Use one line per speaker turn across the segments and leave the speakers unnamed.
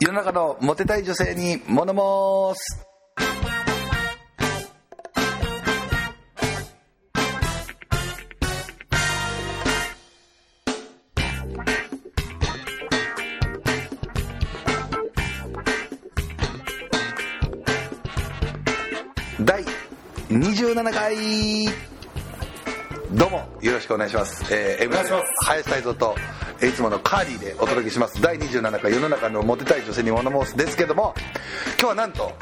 世の中のモテたい女性に物申す第27回どうもよろしくお願いします。えー、お願いします。林泰造とえーいつものカーリーでお届けします。第27回世の中のモテたい女性に物申すですけども、今日はなんと、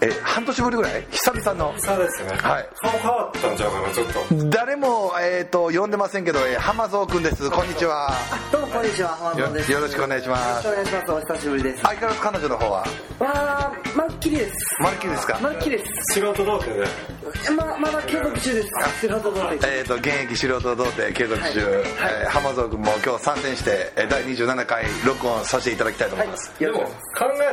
えー半年ぶりぐらい久々の
さあですね、
はい
顔変わったんちゃうかなちょっと
誰もえっ、と呼んでませんけど、えー、浜蔵くんです。こんにちは。
どうもこんにちは浜
よ
野です
よろしくお願いします
よろしくお願いしますお久しぶりですわ
相変わらず彼女の方は
あまるっきりです
まるっきりですか
ま。るっきりで
素人同士で、
すままだ継続中です知らんところで
えー、と現役素人童貞継続中、
はいはい
えー浜蔵君も今日参戦してえー第27回録音させていただきたいと思います、
す
でも考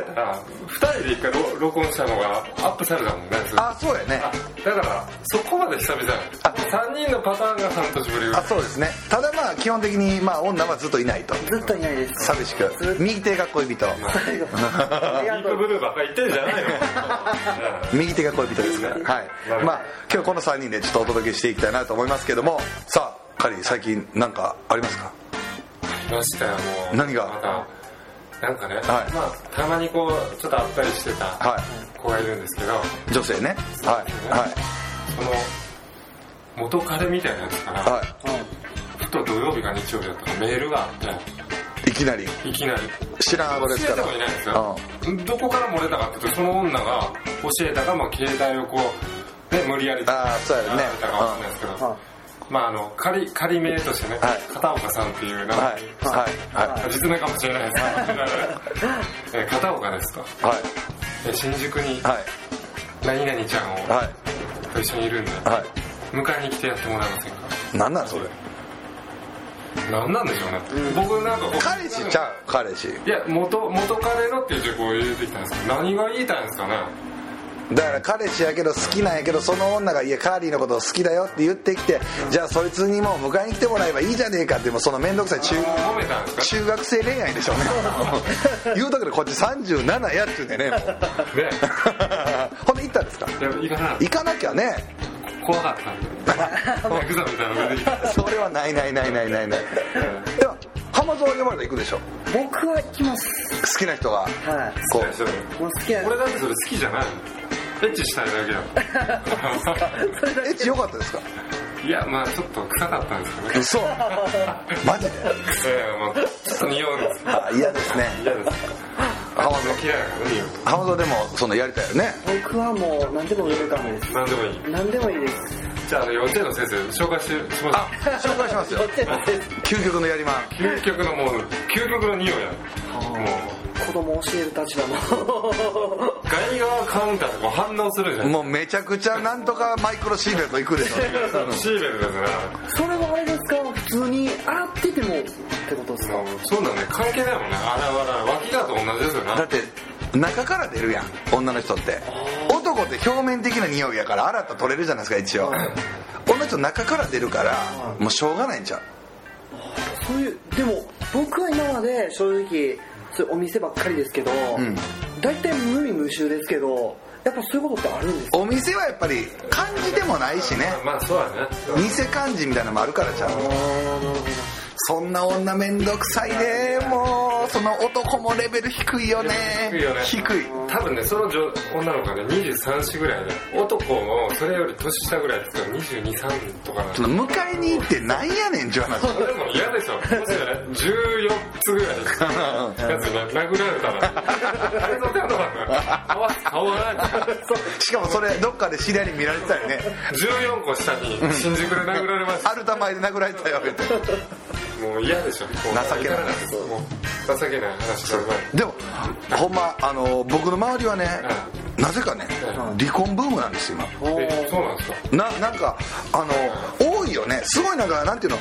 えたら2人で1回ろ録音したのがアップされたもんねずっと
あそうやね
あだからそこまで久々3人のパターンが半年ぶりぐら
あ
い
そうですねただまあ基本的に、まあ、女はずっといないと
ずっといないです
寂しく右手が恋人
最後あり
ディ
が
ー
と
プ
う
ブルーばっかり言ってんじゃないの
右手が恋人ですからはいまあ今日この3人でちょっとお届けしていきたいなと思いますけどもさあカリー最近何かありますか
いましたよもう
何が
またなんかね、
はい
まあ、たまにこうちょっとあったりしてた
は
子がいるんですけど
い女性ねはいはい
その元彼みたいなやつから、
は
ふと土曜日か日曜日だったらメールがあっ
いいきなり
ていきなり
知らんアドレス
教
か
えた
ら
もいないんですよ、どこから漏れたかっていうとその女が教えたか、まあ、携帯をこう、ね、無理やり
ああそうやね
やったかわかんないですけど、
うん
まああの仮仮名としてね、
はい
片岡さんっていう名前、
はいはいは
実名かもしれないですけ どえ片岡ですと
いはい
え新宿に
はい
何々ちゃんを、
はい
と一緒にいるんで
は
迎えに来てやってもらえませんか
いなんなんそれ
何なんでしょうね、僕なんかこう
彼氏ちゃう彼氏
いや元元彼のっていう情報を入れてきたんですけど何が言いたいんですかね
だから彼氏やけど好きなんやけどその女が「いやカーリーのこと好きだよ」って言ってきてじゃあそいつにもう迎えに来てもらえばいいじゃねえかってもうその面倒くさい中
褒めたんです か
中学生恋愛でしょうね 言うたけどこっち37やっちゅうねんねもう
ね
ほんで行ったんですか
いや行かなかっ
行かなきゃね
た怖かったんでヤクザみたいなの出てきた
それはないないないないないないでは浜蔵呼ばれたら行くでしょ
僕は行きます
好きな人が
は
こ
そう
いもう好きない
俺だってそれ好きじゃないのエッチしたいだけだ
それだ
エッチ良かったですか
もんいやまあちょっと臭かったんですけどね
嘘マジで
ええまあちょっと匂うんです
あ嫌ですね
嫌です
浜蔵
嫌いなの匂う
浜蔵でもそのやりたいよね
け僕はもう何でもウェルカムです
何でもいい
何でもいいです
じゃああの幼稚園の先生紹介してしましょ
あ紹介しますよ
どっちの先
究極のやりまん
う究極のもう究極の匂いやもう
生子供を教える立場の
外側カウンターとか反応するじゃん
もうめちゃくちゃなんとかマイクロシーベルト行くで しょ
シーベルですね
それはあれですか普通に洗っててもってことですか
もうそうなんね関係ないもんねあらわら脇側と同じですよ
だ
な
って中から出るやん女の人って男って表面的な匂いやから洗ったら取れるじゃないですか一応女の人中から出るからもうしょうがないんちゃう
そういうでも僕は今まで正直そういうお店ばっかりですけど、
ん
大体無味無臭ですけどやっぱそういうことってあるんです
お店はやっぱり感じでもないしね
まあそうだね
偽感じみたいなのもあるからちゃう
ああなるほ
そんな女めんどくさいねもうその男もレベル低いよね
低いよね
低い
多分ねその女女の子ね23歳ぐらいで男もそれより年下ぐらいですから223とかなん
そ
で
の迎えに行ってなんやねんちゅう話
でも嫌でしょもしね14つぐらいですやつが殴られたらあれの手の顔顔がないから
しかもそれどっかで知り合いに見られてたよね
14個下に新宿で殴られました
アルタ前で殴られてたよ言うて
もう嫌でしょもう
情けない
もう情けない話だな
でもほんまあの僕の周りはねなぜかね離婚ブームなんですよ今
どお
え
ー
そうなんですか
ななんかあの多いよねすごいなんかなんていうの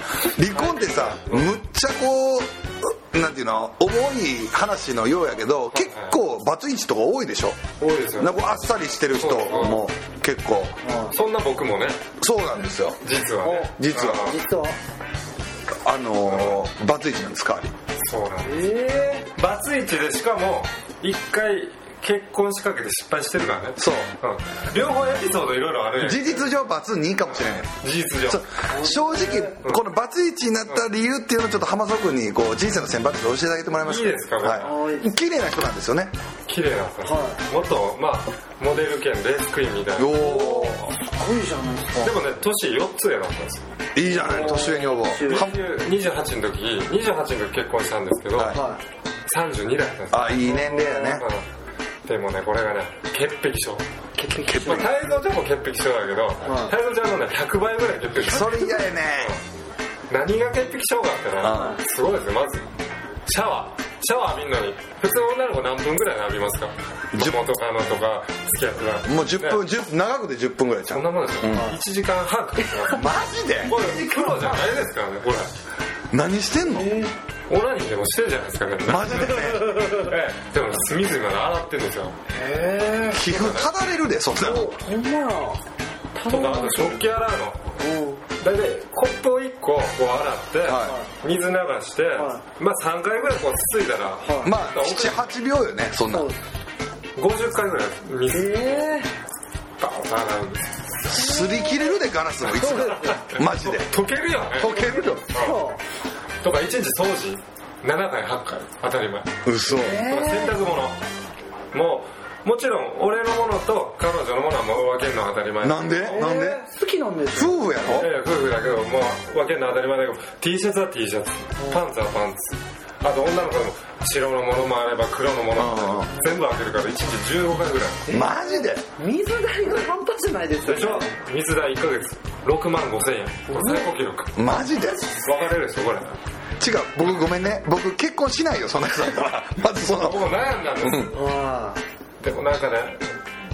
離婚ってさむっちゃこうなんていうの重い話のようやけど結構バツイチとか多いでしょ
多いですよ
な
ね
んかこうあっさりしてる人も結構
そんな僕もね
そうなんですよ
実はね
お実は
あー
実は
あのバツイチなんですかあれ
そうなんです
え
バツイチでしかも一回結婚しかけて失敗してるからね
そうん
両方エピソードいろいろあるやん
事実上罰2かもしれない
事実上
そう正直このバツイチになった理由っていうのをちょっと浜族にこう人生の選抜で教えてあげてもらいました
いいですか
は
はい
い綺麗な人なんですよね
綺麗な子、
は
元まあモデル兼レースクイーンみたいな
おお
ごいじゃないですか
でもね年4つやだったんですよ
いいじゃない年上女房
年上
は
20 28の時28の時結婚したんですけど、
はい
は
32だったんですよ
あいい年齢やね
うんでもねこれがね潔癖症
い潔癖
まあ太蔵ちゃんも潔癖症だけど
ん
太蔵ちゃんのね100倍ぐらい潔癖症
それ嫌やね
何が潔癖症かってな
う
すごいですよまずシャワーシャワー浴びるのに普通女の子何分ぐらい浴びますか地
10
元かのとか付き合ってない
もう10分10長くて10分ぐらいちゃ
そん
う
なもんですよ、1時間半かかってます
マジで
これプロじゃないですからねこ
何してんの
れオナニーでもしてるじゃないですかね
マジでね
ええでも隅々まで洗ってるんですよ
え
皮膚ただれるでそんなの
ー、ほんまや
とかあと食器洗うの
うん
大体コップを1個こう洗って、
は
水流して、
は
まあ3回ぐらいこうつついたら、
はい
まあ78秒よねそんな
そ
ん
う
50回ぐらい水
え
バーン洗うんです
擦り切れるでガラスのいつ
そうです
かマジで
溶けるよね
溶けるよ
ー、そ
とか1日掃除7回8回当たり前
嘘
え
とか洗濯物もうもちろん俺のものと彼女のものはもう分けるのは当たり前
なんで
う
なんで
えー好きなんですよ
夫婦や
いや
ろ
いや夫婦だけどもう分けるのは当たり前だけど T シャツは T シャツパンツはパンツあと女の子でも白のものもあれば黒のものもあれば全部開けるから1日15回ぐらい
マジで
水代が半端じゃないですよ
でしょ水代1ヶ月6万5千円これ最高記録
マジで
分かれるでしょこれ
違う僕ごめんね僕結婚しないよそんな人だから まずその
僕も悩んだんです、
あ
でもなんかね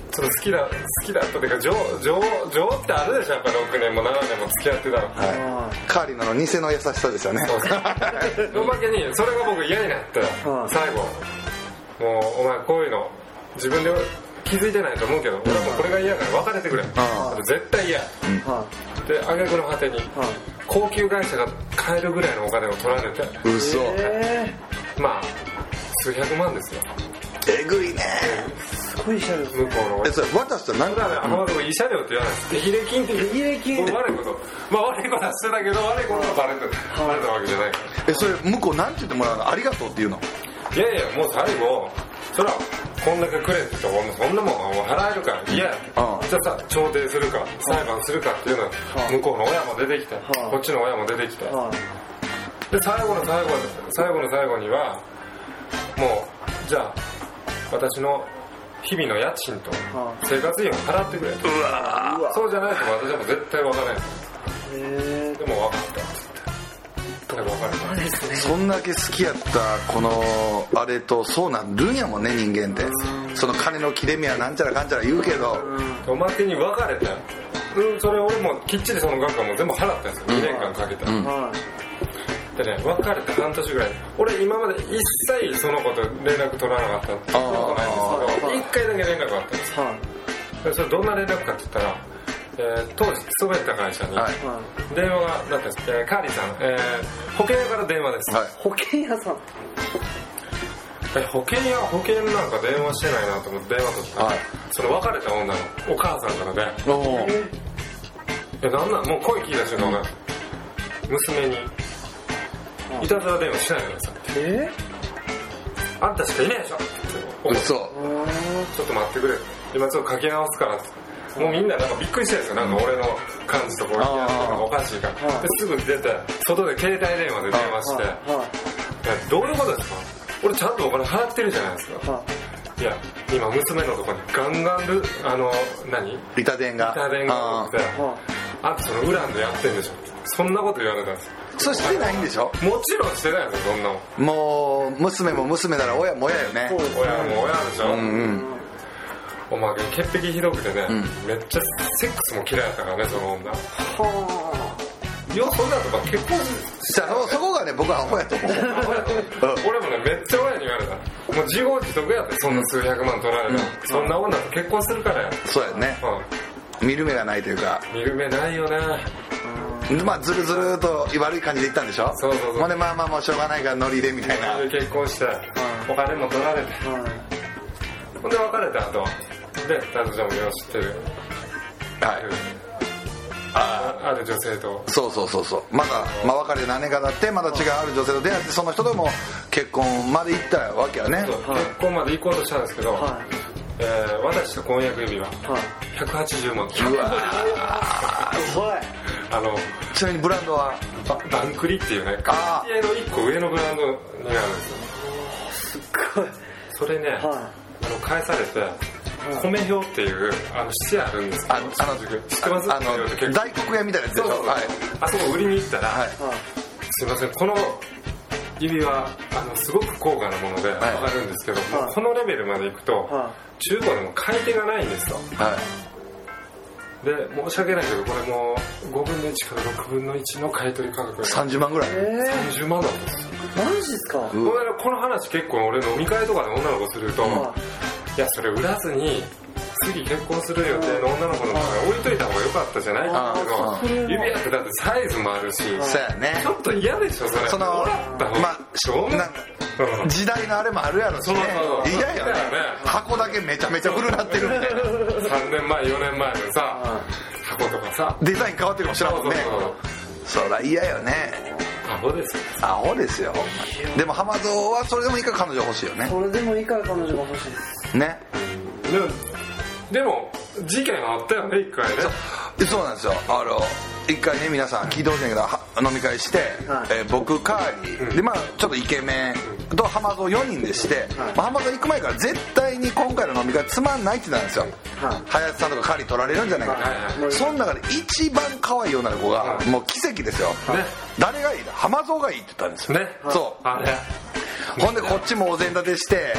その好きだ好きだったっていうか情情情ってあるでしょやっぱ6年も7年も付き合ってた ら
ーあ
はいカーリーの偽の優しさですよね
そうそうおまけにそれが僕嫌になって
うん
最後もうお前こういうの自分で気づいてないと思うけど俺はもうこれが嫌やから別れてくれ絶対嫌
ーは
で挙句の果てに
いはい
高級会社が買えるぐらいのお金を取られて
嘘
え
まあ数百万ですよ
えぐいね
ー、すごい医者です
向こうの
えそれ渡したら何
だからね、あんまり慰謝料って言わないです。手切れ金って言う。
手切れ金
僕悪いこと。まあ悪いことはしてたけど、悪いことはバレて、バレたわけじゃないか
えそれ向こうなんて言ってもらうのありがとうって言うの
ら。いやいや、もう最後、そら、こんだけくれって言ったら、もうそんなもんもう払えるから、嫌や。
ん
じゃあさ、調停するか、裁判するかっていうのは、向こうの親も出てきて、
ん
こっちの親も出てきて。
はい
で最後の最後最後の最後にはもうじゃあ私の日々の家賃と
は
生活費を払ってくれと
うわ
そうじゃないと私はもう絶対分からない
えー
でも分かったって言ってでも分か
そうですね
そんだけ好きやったこのあれとそうなるんやもんね人間ってその金の切れ目はなんちゃらかんちゃら言うけど
るおまけに別れたようん、それ俺もきっちりその額はもう全部払ったんですよ2年間かけて、
ん
はい
でね別れて半年ぐらい俺今まで一切その子と連絡取らなかったことないんですけど
あー
一回だけ連絡があったんです
は
でそれどんな連絡かって言ったら、えー当時勤めてた会社に
はい
いはい
電話がなったんです、えーカーリーさん、えー保険屋から電話です、
はい
保険屋さん
え保険屋保険なんか電話してないなと思って電話取ったら、
はい
その別れた女のお母さんからね
おおー
「えなんなんもう声聞いた瞬間、俺娘にいたずら電話しないでください
え
あんたしかいないでしょ」って言って
嘘
ちょっと待ってくれ今ちょっとかけ直すから」もうみんななんかびっくりしてるんですよ、なんか俺の感じとこう、いや
あー
なんかおかしいから。
はい
ですぐ出て、外で携帯電話で電話して、
はい
やどういうことですか俺ちゃんとお金払ってるじゃないです
い
か
はい
や今娘のとこにガンガンルあの何
リタ電が
家電が
あ
来て
いは
あんたそのウランでやってんでしょそんなこと言われたんです
ーそれしてないんでしょ
もちろんしてないですよそんなも
も
ん
う娘も娘なら親も親よね
いそうです
親も親でしょ、
うんうん
おまけに潔癖ひどくてね、
ん
めっちゃセックスも嫌いだったからねその女よ
は
そんなとか結婚し
じゃあそそこがね僕はアホや と思う
俺もねめっちゃ親に言われたもう自業自得やってそんな数百万取られた、そんな女と結婚するからや、
そうやね
う
見る目がないというか
ん、見る目ないよね
まあずるずると悪い感じで行ったんでしょ
そうそうそう
ほんでまあまあもうしょうがないからノリでみたいな
結婚してお金も取られて
あはい
ほんで別れた後で男女もよう知ってる、
はい
あある女性と
そうそうそうそうまだ、まあ、別れて何年か経ってまた違うある女性と出会ってその人とも結婚まで行ったわけやね
はい
結婚まで行こうとしたんですけど、
はい
えー私と婚約指輪
はい
180万
うわ
怖い
あの
ちなみにブランドは
ババンクリっていうねガ
あー
ーティエの1個上のブランドになるんですよ
すっごい
それね、
は
あの返されて米表っていうあの質屋あるんですけど
あのあ
新宿知ってます
あの大黒屋みたいなやつでし
そ
ょ
うそうそう
はい
あそこ売りに行ったら、
はい
いはい
すいませんこの指輪あのすごく高価なもので
はい
わかるんですけど、
はい
もうこのレベルまで行くと、
は
中古でも買い手がないんですよ
はい
で申し訳ないけどこれもう5分の1から6分の1の買い取り価格
30万ぐらい
いえ
30万なんですよ
ー、マジですか
う
このこの話結構俺飲み会とかで女の子すると、
はい
やそれ売らずに次結婚する予定の女の子の方が置いといた方が良かったじゃないか
あ
っていうの指輪ってだってサイズもあるし
そうやね
ちょっと嫌でしょそれ
その
もらった方が
まあ
どうな
なんか時代のあれもあるやろしね
そうそうそう
嫌やよね
そうだよね
箱だけめちゃめちゃ古なってるみたいな
3年前4年前のさ箱とかさ
デザイン変わってるかもしれんもんね
そうそう
そら嫌よね
そうアホですよ
アホですよほんまにでも浜蔵はそれでもいいから彼女欲しいよね
それでもいいから彼女が欲しいです
ね
でもでも事件あったよね一回ね
そうそうなんですよあの一回ね皆さん聞いてほしいんだけどは飲み会して、
はい
えー僕カーリーでまあちょっとイケメンと浜蔵4人でして、まあ浜蔵行く前から絶対に今回の飲み会つまんないって言ってたんですよ、
はい
林さんとかカーリー取られるんじゃないか
はいはい
な、その中で一番可愛い女の子が、もう奇跡ですよ、
ね
誰がいいだ浜蔵がいいって言ったんですよ、
ね
そう
あれ
ほんでこっちもお膳立てして、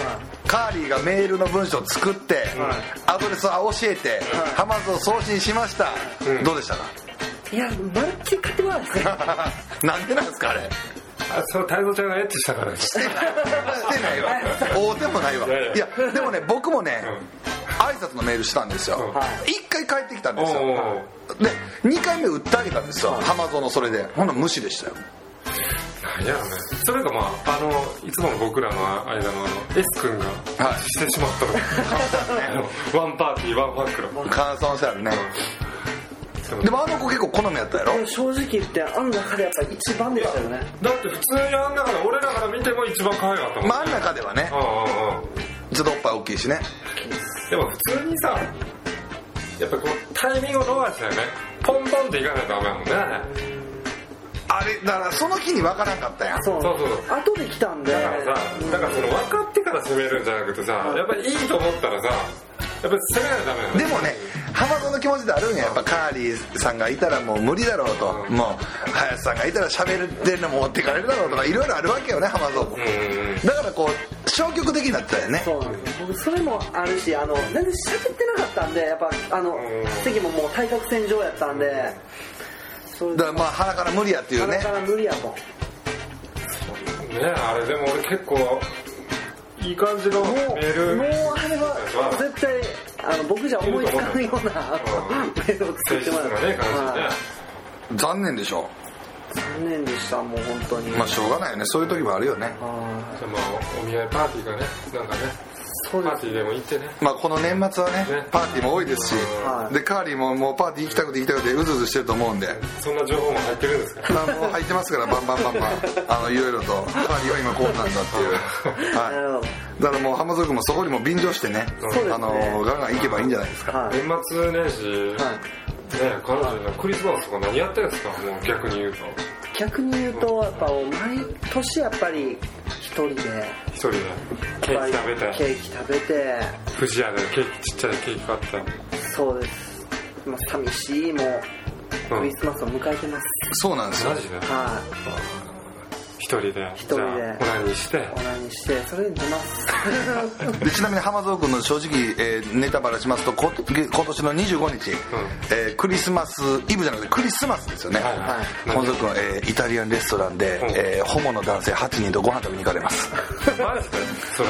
カーリーがメールの文章作って、アドレスを教えて、ハマズを送信しました、
うん
どうで した
いやまるっきり買ってこないですね
かなんでなんですかあれ
あそれ太蔵ちゃんがエッチしたからです
してないわ大手もないわ
いやいや
いやでもね僕もね、挨拶のメールしたんですよ、
うん
1回帰ってきたん
お
ですよ
うおう
で2回目売ってあげたんですよ、ハマゾのそれでほんなら無視でしたよ
なんやろねそれがまああのいつもの僕らの間のあの S 君が
はい
してしまったの、あのワンパーティーワンパックロ
感想したらねでもあの子結構好みやったやろ
でも正直言ってあの中でやっぱ一番でしたよね
だって普通にあん中で俺らから見ても一番可愛かったもん、
真ん中ではね
うんうんうん
ちょっとおっぱい大きいしね
でも普通にさやっぱこうタイミングを逃したよねポンポンっていかないとダメだもんね
あれだからその日に分からんかったやん
そう
そうそうそ
後で来たんで
だからさだからその分かってから攻めるんじゃなくてさやっぱりいいと思ったらさやっぱり攻めないとダメだよね
でもね浜田の気持ちであるんややっぱカーリーさんがいたらもう無理だろうと
うん
もう林さんがいたら喋ってるのも持ってかれるだろうとかいろいろあるわけよね浜田も
うんうん
だからこう消極的になってたよね
そうなんですよ僕それもあるしあの全然喋ってなかったんでやっぱあの
ん
席ももう対角線上やったんでそれ
だ
で
からまあ鼻から無理やっていう
鼻
ね
から無理やと
ねあれでも俺結構いい感じのメ
もうもうあ
ール
れは絶対あの僕じゃ思いつかないようなあ
うん
のメールを作
性
っ
質
て
が
もらって
ね感じでね
は
残念でしょ
い残念でしたもう本当に
まあしょうがないよねそういう時もあるよね
はい
でもお見合いパーティーがねなんかねパ
そうで
ーティーでも行ってね
まあこの年末はね
ね
パーティーも多いですし
はい
でカーリーももうパーティー行きたくて行きたくてうずうずしてると思うんで
そんな情報も入ってるんですか
あもう入ってますからバンバンバンバンあのいろいろとカーリーは今こうなんだって いう
なる
は
ほ
いだからもう浜田君もそこにも便乗してね
そう
ですね
あのガンガン行けばいいんじゃないですか
どはい
年末年始、
はい
ね彼女のクリスマスとか何やってるんですかもう逆に言うと
逆に言うとやっぱ毎年やっぱり一人で
一人でケーキ食べ
ケ
て
ーキ食べて
不二家でケーキちっちゃいケーキ買って
そうです、まあ、寂しいもう
うん
クリスマスを迎えてます、
そうなんですよ
マジで
はい、
一人で
人
じ
で
ゃあオナニーして
オナニーしてそれで寝ます
でちなみに浜蔵君の正直、えーネタバラしますとこ今年の25日、えークリスマスイブじゃなくてクリスマスですよね、
はいはい
浜蔵君は、えーイタリアンレストランで、
ん
えーホモの男性8人とご飯食べに行かれます
マジでそれ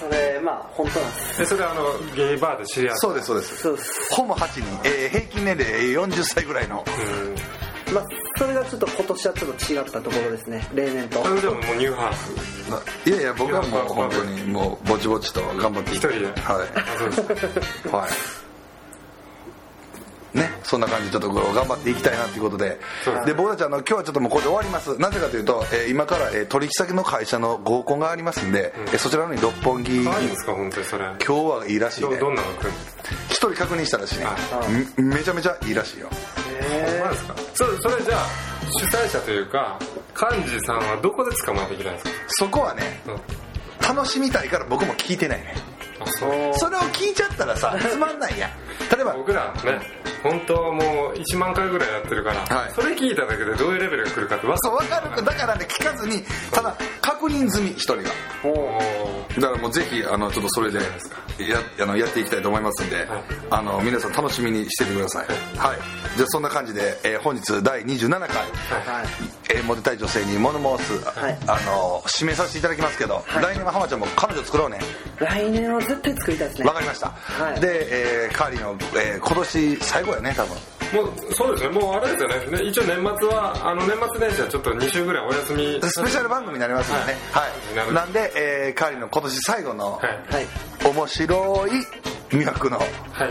それまあ本当なんです
でそれあのゲイバーで知り合って
そうですそうです
そうです
ホモ8人、えー平均年齢40歳ぐらいの
うん
まあそれがちょっと今年はちょっと違ったところですね例年と
それでももうニューハーフ
いやいや僕はもう本当にもうぼちぼちと頑張ってい
一人で
は
あそうですか
い、はい、ねそんな感じでちょっとこう頑張っていきたいなということで
そうです
で僕たちあの今日はちょっともうこれで終わりますなぜかというと、えー今から、えー取引先の会社の合コンがありますんで、えーそちらのに六本木に
可愛いんで
今
すか本当にそれ
日はいいらしい
ど
ね
どんなの来るんですか
一人確認したらしいね
は
めめちゃめちゃいいらしいよ
ほん
へ
まですかそれそれじゃあ主催者というか幹事さんはどこで捕まえてきたんですか、
そこはね
うん、
楽しみたいから僕も聞いてないね
あそう
それを聞いちゃったらさつまんないやん例えば
僕らね本当はもう1万回ぐらいやってるから、
はい
それ聞いただけでどういうレベルが来るかってわ
そう分かるだからね聞かずにただ確認済み一人が
おー
だからもうぜひあのちょっとそれでやあのやっていきたいと思いますんで、
はい
あの皆さん楽しみにしててくださいはいじゃあそんな感じで、えー本日第27回、
はい
えーモテたい女性に物申す、
はい
あの締めさせていただきますけど、来年は浜ちゃんも彼女作ろうね
来年は絶対作りたいですね
わかりました、
はい
で、えーカーリーの、えー今年最後やね多分
もうそうですねもうあれですよねね一応年末はあの年末年始はちょっと2週ぐらいお休み
スペシャル番組になりますんでねはい、
なる
なんで、えーカーリーの今年最後の、
はい
はい
面白い魅惑の
い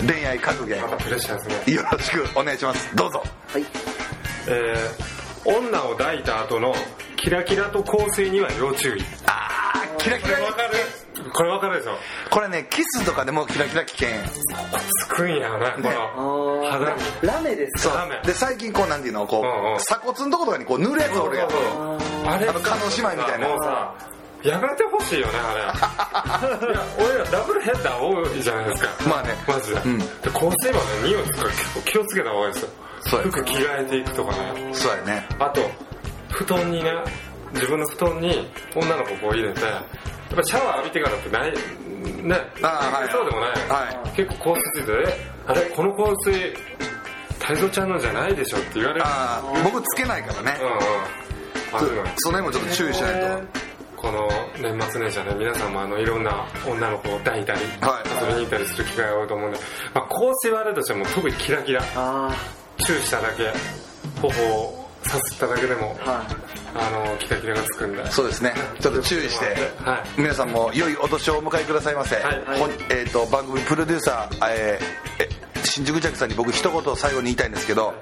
恋愛格言、
またプレッシャーですね
よろしくお願いしますどうぞ
はい
えー女を抱いた後のキラキラと香水には要注意
あーキラキ
これ
ラ
わかるこれわかるでしょ
これねキスとかでもキラキラ危険
つくんやなこの
あ
肌に
ーラメです
そ
ダメ
うで最近こうなんていうのこう、
うんうん
鎖骨のとことかにこう塗るやつおるやん
あれ
あの叶姉妹みたいな
もうさやめてほしいよねあ れいや俺らダブルヘッダー多いじゃないですか
まあね
マジで、
ん
で香水もね匂いつくから結構気をつけた方がいいですよ
そうや
服着替えていくとかね
そうやね
あと布団にね自分の布団に女の子こう入れてやっぱシャワー浴びてからってないね
あーはい
そうでもない、
は
結構香水ついててえあれこの香水太蔵ちゃんのじゃないでしょって言われる
あー僕つけないからね
うんうんあるのよ
その辺もちょっと注意しないと
この年末年始はね皆さんもあのいろんな女の子を抱いたり、
はい
遊びに行ったりする機会が多いと思うんで、まあ、香水はあるとしても特にキラキラ
あ
チューしただけ頬をさすっただけでも、
あはい
あのキラキラがつくんで
そうですねちょっと注意して、
はい
皆さんも良いお年をお迎えくださいませ、
はいはい
ほんえー、と番組プロデューサー、えーえ新宿ジャックさんに僕一言最後に言いたいんですけど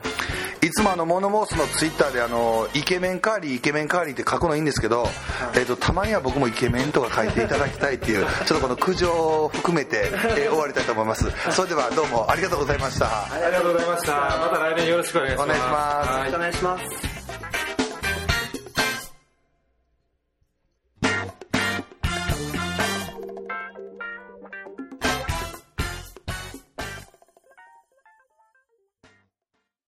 いつもあのモノモースのツイッターであのイケメンカーリーイケメンカーリーって書くのいいんですけど、えー、とたまには僕もイケメンとか書いていただきたいっていうちょっとこの苦情を含めて、えー終わりたいと思いますそれではどうもありがとうございました
ありがとうございましたまた来年よろしくお願いし
お
ます
願いします
は
よろしくお願いします